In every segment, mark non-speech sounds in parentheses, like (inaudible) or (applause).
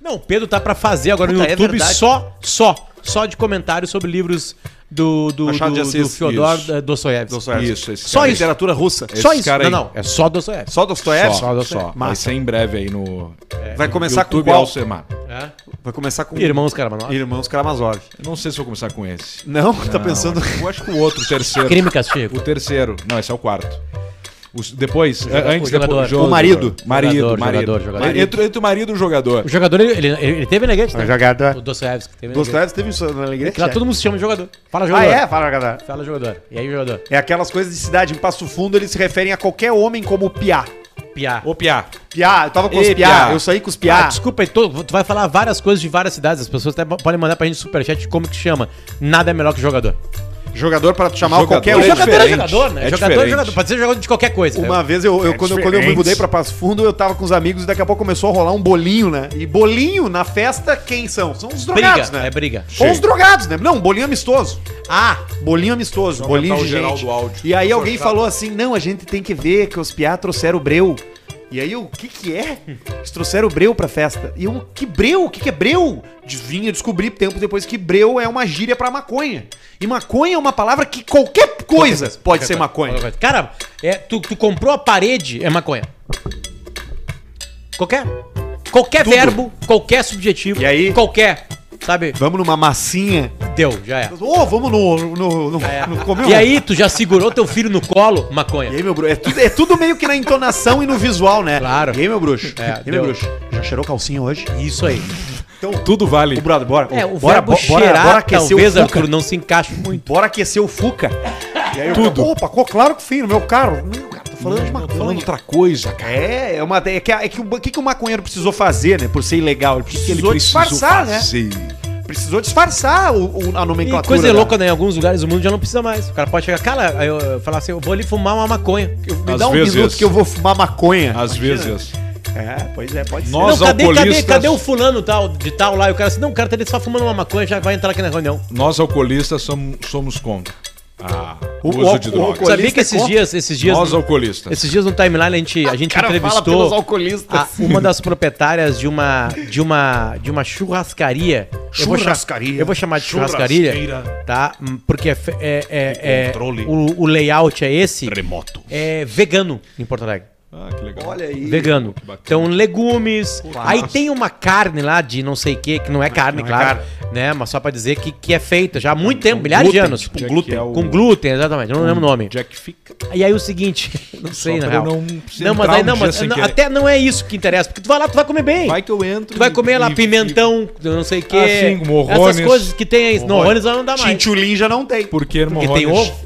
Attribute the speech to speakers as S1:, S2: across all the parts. S1: Não, o Pedro tá pra fazer agora no
S2: Puta, é
S1: YouTube
S2: verdade.
S1: só, só, só de comentários sobre livros do, do,
S3: Machado
S1: do,
S3: de
S1: do
S3: Assis,
S1: Fyodor
S3: isso.
S1: eh, Dostoiévski.
S3: Dostoiévski.
S1: Isso, esse
S3: Só
S1: cara. é
S3: isso.
S1: Literatura russa.
S3: Esse
S1: só isso.
S3: cara aí.
S1: Não, não, é só Dostoiévski.
S3: É Só Dostoiévski?
S1: Só, só.
S3: Vai
S1: Massa.
S3: ser em breve aí no.
S1: no
S3: Vai começar
S1: YouTube,
S3: com qual?
S1: Alcemar. É.
S3: Vai começar com
S1: Irmãos Karamazov.
S3: Irmãos Karamazov. Eu Não sei se vou começar com esse. Não, tá pensando. Eu acho que o outro, o terceiro.
S1: Crime e Castigo.
S3: O terceiro. Não, esse é o quarto. Os- depois,
S1: joga-
S3: antes
S1: o jogador. O
S3: depois-
S2: marido.
S3: Marido,
S1: Jogador,
S3: marido.
S1: jogador, jogador.
S3: Entre, entre o marido e o jogador.
S1: O jogador, ele, ele, ele teve Neguete, (laughs)
S4: Uma
S1: né?
S4: jogada.
S1: O Dostoiévski é. teve Neguete.
S4: Dostoiévski teve isso na alegria?
S1: Lá todo mundo se chama de jogador. Fala
S4: Ah,
S1: jogador.
S4: é? Fala, jogada.
S1: Fala jogador. E aí, jogador?
S4: É aquelas coisas de cidade. Em Passo Fundo, eles se referem a qualquer homem como piá.
S1: Piá.
S3: O Piá.
S4: Piá, eu tava com os
S3: Ê,
S4: piá,
S3: piá.
S4: eu saí com os
S1: Ah,
S4: piá.
S1: desculpa, aí, tu, tu vai falar várias coisas de várias cidades. As pessoas até podem mandar pra gente superchat como que chama. Nada é melhor que jogador.
S4: Jogador pra tu chamar
S3: Jogador.
S4: qualquer
S3: O
S4: outro.
S3: jogador
S1: é
S3: diferente,
S1: jogador, né?
S3: é
S1: jogador é
S3: diferente.
S1: jogador. Pode ser jogador de qualquer coisa.
S4: Uma vez eu, eu- quando, eu- quando eu me
S3: diferente.
S4: mudei pra Passo Fundo, eu tava com os amigos e daqui a pouco começou a rolar um bolinho, né? E bolinho na festa, quem são? São os
S1: é
S4: drogados,
S1: briga.
S4: né?
S1: É briga.
S4: Ou os drogados, né? Não, bolinho amistoso.
S1: Ah,
S4: Bolinho amistoso, bolinho
S3: aumentar
S4: de
S3: o geral
S4: gente.
S3: do áudio.
S4: E aí
S3: Vou
S4: alguém
S3: cortar.
S4: falou assim: não, a gente tem que ver que os piá trouxeram o breu. E aí, o que que é? Eles trouxeram o breu pra festa. E eu, que breu? O que que é breu? De- Vim eu descobrir tempo depois que breu é uma gíria pra maconha. E maconha é uma palavra que qualquer coisa pode ser maconha.
S1: Cara, é, tu, tu comprou a parede, é maconha. Qualquer. Qualquer verbo, qualquer subjetivo.
S4: E aí?
S1: Qualquer. Sabe?
S4: Vamos numa massinha.
S1: Deu, já é.
S4: Ô, vamos no, no, no, no comer um-
S1: E aí, tu já segurou teu filho no colo, maconha.
S4: E aí, meu bruxo? É tudo, é tudo meio que na entonação e no visual, né?
S1: Claro.
S4: E aí, meu bruxo?
S1: É,
S4: e aí, meu
S1: deu.
S4: bruxo? Já cheirou calcinha hoje?
S1: Isso aí.
S4: Então,
S3: Tudo vale.
S4: Ô, brother, bora.
S1: É, o
S4: bora,
S1: verbo
S4: bo- bora,
S1: cheirar,
S4: bora aquecer
S1: talvez,
S4: o Fuca.
S1: Arthur, não se encaixa muito.
S4: Bora aquecer o Fuca. E aí, Tudo.
S3: Tudo.
S4: Opa, co- claro que sim, no meu carro. Não, cara, tô falando de maconha.
S3: Falando outra coisa, cara.
S4: É, é, uma, é que, é que o o que, que o maconheiro precisou fazer, né? Por ser ilegal. Ele precisou, disfarçar,
S3: né?
S4: né? Precisou disfarçar o, o- a
S1: E
S4: nomenclatura.
S1: coisa
S4: da-
S1: louca, né? Em alguns lugares do mundo já não precisa mais. O cara pode chegar, cara, aí eu, eu falar assim, eu vou ali fumar uma maconha.
S4: Eu- Me
S3: Às
S4: dá um
S3: vezes.
S4: minuto que eu vou fumar maconha.
S3: Às vezes.
S4: É, pois é, pode
S3: Nós-
S1: não, cadê, cadê,
S3: alcoolistas-
S1: cadê o fulano tal, de tal lá? E o cara assim, não, o cara tá ali só fumando uma maconha, já vai entrar aqui na reunião.
S3: Nós alcoolistas somos, somos contra. Ah,
S4: O-
S3: o
S4: o-
S3: uso de
S4: o
S3: drogas.
S4: alcoolista
S1: Sabia que esses
S4: é contra? Ah,
S1: dias, esses dias,
S3: Nós alcoolistas.
S1: esses dias no timeline a gente, a gente
S4: pelos
S1: entrevistou
S4: alcoolistas.
S1: a- uma das proprietárias de uma, de uma, de uma churrascaria. Eu vou cha-
S4: Churrascaria.
S1: Eu vou chamar de churrascaria,
S3: Churrasqueira.
S1: tá? Hum, Porque é, fe- é, é- é-
S3: Controle.
S1: o, o layout é esse,
S3: Remoto.
S1: é vegano em Porto Alegre.
S3: Ah, que legal.
S4: Olha aí.
S1: Vegano.
S3: que bacana.
S1: Então, legumes. Aí tem uma carne lá de não sei o que, que não é carne, claro. Né? Mas só pra dizer que, que é feita já há muito tempo, milhares de anos.
S3: tipo um
S1: glúten.
S3: glúten.
S1: Com glúten, exatamente. Eu não lembro o nome.
S3: Jack fica.
S1: E aí o seguinte, (laughs) não sei,
S3: Só
S1: na
S3: pra eu
S1: real.
S3: não
S1: Não,
S3: entrar
S1: mas aí
S3: um
S1: não,
S3: dia
S1: mas
S3: sem
S1: não,
S3: querer.
S1: até não é isso que interessa. Porque tu vai lá, tu vai comer bem.
S3: Vai que eu entro.
S1: tu vai comer lá
S3: e-
S1: pimentão, não sei o que.
S3: Ah, sim, morrones.
S1: Essas coisas que tem aí. Morrones não dá Tá mais.
S4: Chinchulim já não tem.
S3: e- Porque, irmão,
S1: Porque tem
S3: Ronis?
S1: ovo,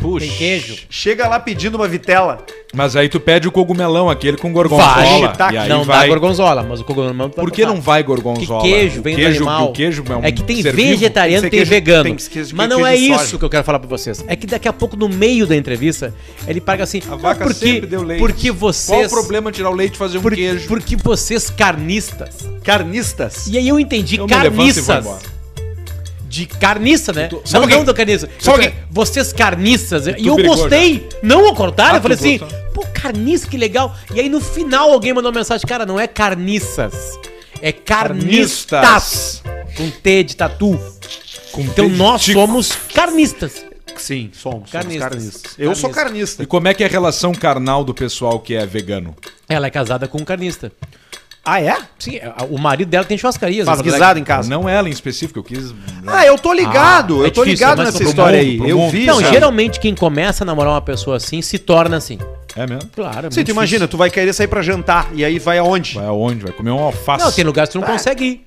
S3: Puxa.
S1: tem queijo.
S4: Chega lá pedindo uma vitela.
S3: Mas aí tu pede o cogumelão, aquele com gorgonzola.
S4: Vai.
S3: e aí
S1: tá não dá
S3: vai.
S1: gorgonzola, mas o cogumelo...
S3: Por que não vai
S1: Que
S3: gorgonzola?
S1: queijo
S3: O
S1: vem
S3: queijo,
S1: do animal.
S3: O queijo é um é
S1: que tem
S3: ser vivo?
S1: vegetariano,
S4: tem que ser
S1: tem,
S4: queijo-
S1: vegano.
S4: tem que ser queijo-
S1: mas não é
S4: queijo de
S1: isso
S4: soja.
S1: que eu quero falar pra vocês. É que daqui a pouco, no meio da entrevista, ele paga assim...
S3: A vaca
S1: porque,
S3: sempre deu leite.
S1: Porque vocês...
S3: Qual o problema de tirar o leite e fazer um
S1: por-
S3: queijo?
S1: Porque vocês carnistas.
S4: Carnistas.
S1: E aí eu entendi
S3: Eu me levanto e vou
S1: carniças.
S3: embora.
S1: De carniça, né?
S3: Só
S1: não,
S3: alguém.
S1: não do carniça.
S3: Só
S1: Eu-
S3: alguém.
S1: Vocês carniças. E eu
S3: brigou
S1: gostei. Não o cortaram.
S3: Ah,
S1: eu falei
S3: tu
S1: assim,
S3: gostou.
S1: pô, carniça, que legal. E aí no final alguém mandou uma mensagem. Cara, não é carniças. É carnistas.
S3: Carnistas.
S1: Com T de tatu.
S3: Com
S1: Então
S3: peixe
S1: nós
S3: de-
S1: somos carnistas.
S4: Sim, somos. somos
S1: Carnistas.
S4: Eu sou
S3: E
S4: carnista.
S3: como é que é a relação carnal do pessoal que é vegano?
S1: Ela é casada com um carnista.
S4: Ah, é?
S1: Sim, a- o marido dela tem churrascarias.
S4: Faz
S1: né, Porto
S4: guisado em casa.
S3: Não é ela em específico, eu quis.
S4: Ah, eu tô ligado.
S1: Ah,
S4: eu
S1: é
S4: tô
S1: difícil,
S4: ligado
S1: mas
S4: nessa
S1: pro
S4: história
S3: mundo,
S4: aí.
S3: pro
S4: Eu
S3: mundo.
S4: vi.
S1: Alegre. Não,
S4: já.
S1: geralmente quem começa a namorar uma pessoa assim se torna assim.
S3: É mesmo?
S1: Claro. é
S4: Sim,
S1: muito
S4: tu imagina, tu vai querer sair pra jantar. E aí vai aonde?
S3: Vai aonde? Vai comer um alface.
S1: Não, tem lugares que tu não consegue ir.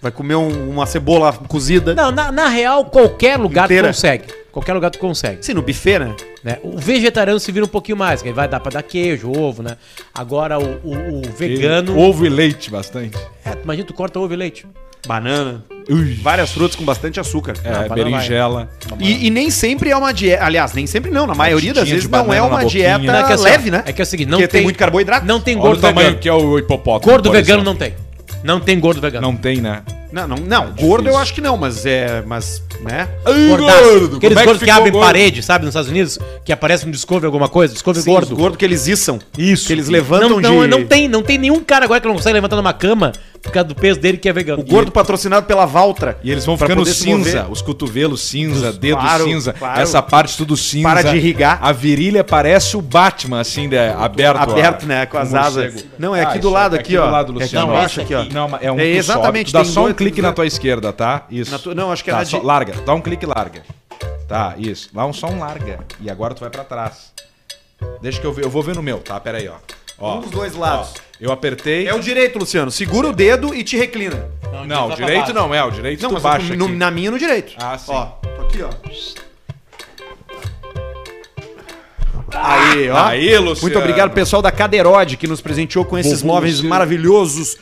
S4: Vai comer um- uma cebola cozida.
S1: Não, na, na real, qualquer lugar
S4: Inteira.
S1: tu consegue. Qualquer lugar tu consegue.
S4: Sim, no buffet, né?
S1: Né? O vegetariano se vira um pouquinho mais, que aí vai dar pra dar queijo, ovo, né? Agora o, o- o
S3: Porque
S1: vegano.
S3: Ovo e leite, bastante.
S1: É, tu imagina, tu corta ovo e leite.
S4: Banana.
S3: Ui.
S4: Várias frutas com bastante açúcar.
S3: É,
S1: Não, banana
S3: berinjela.
S4: E, e nem sempre é uma dieta. Aliás, nem sempre não. Na maioria das
S3: titinha
S4: vezes
S3: de
S4: não é
S3: banana na
S4: uma
S3: boquinha.
S4: dieta
S3: Não,
S1: é que é assim,
S4: leve,
S1: ó,
S4: né?
S1: É que é o seguinte, não
S4: Porque tem muito carboidrato.
S1: Não tem
S3: Olha
S1: gordo
S3: o tamanho
S1: vegano.
S3: que é o hipopótamo.
S1: Gordo
S3: por
S1: vegano
S3: exemplo.
S1: não tem. Não tem gordo
S4: Tá.
S1: vegano.
S3: Não tem, né?
S4: Não, não, não. gordo eu
S3: difícil.
S4: acho que não, mas é. Mas, né?
S1: Gordaço. Aqueles
S3: Como é
S1: gordos que,
S3: ficou
S1: abrem
S3: gordo?
S1: parede, sabe, nos Estados Unidos, que aparece no Discovery alguma coisa, Discovery
S4: Sim,
S1: gordo.
S4: os gordo que eles içam.
S1: Isso.
S4: Que eles levantam
S1: não, não,
S4: de...
S1: não tem, não tem nenhum cara agora que não consegue levantar numa cama por causa do peso dele que é vegano.
S4: O gordo patrocinado pela Valtra.
S3: E eles vão
S4: Pra
S3: ficando
S4: poder se mover.
S3: cinza, os cotovelos cinza,
S4: Os-
S3: dedo
S4: claro,
S3: cinza,
S4: claro.
S3: essa parte tudo cinza.
S4: Para de irrigar.
S3: A virilha parece o Batman, assim, né, aberto.
S4: Aberto,
S3: ó,
S4: né, com as
S3: o
S4: asas.
S3: morcego. Ah,
S4: Não, é aqui
S3: isso
S4: do lado, aqui, ó.
S3: do lado,
S4: É aqui
S3: Luciano.
S4: embaixo, aqui, ó.
S3: Não, mas é um
S4: É,
S3: que tu
S4: exatamente,
S3: sobe. Tu dá
S4: tem
S3: só um
S4: dois-
S3: clique na tua esquerda, tá? Isso.
S4: Na tua- não, acho que é
S3: tá,
S4: na
S3: só-
S4: di-
S3: Larga, dá um clique e larga. Tá, isso. Dá um, só um larga. E agora tu vai pra trás. Deixa que eu ver, eu vou ver no meu, tá? Pera aí, ó. ó
S4: Um dos dois lados.
S3: ó, eu apertei.
S4: É o direito, Luciano. Segura o dedo e te reclina.
S3: Não, o direito não é, o direito
S4: Não,
S3: tu
S4: mas
S3: baixa
S4: no-
S3: aqui.
S4: na minha no direito.
S3: Ah, sim.
S4: Ó, tô aqui, ó. Aí, ó.
S3: Aí, Luciano.
S4: Muito obrigado, pessoal da Cadeirode, que nos presenteou com esses
S1: Vovô
S4: móveis
S1: Luciano.
S4: maravilhosos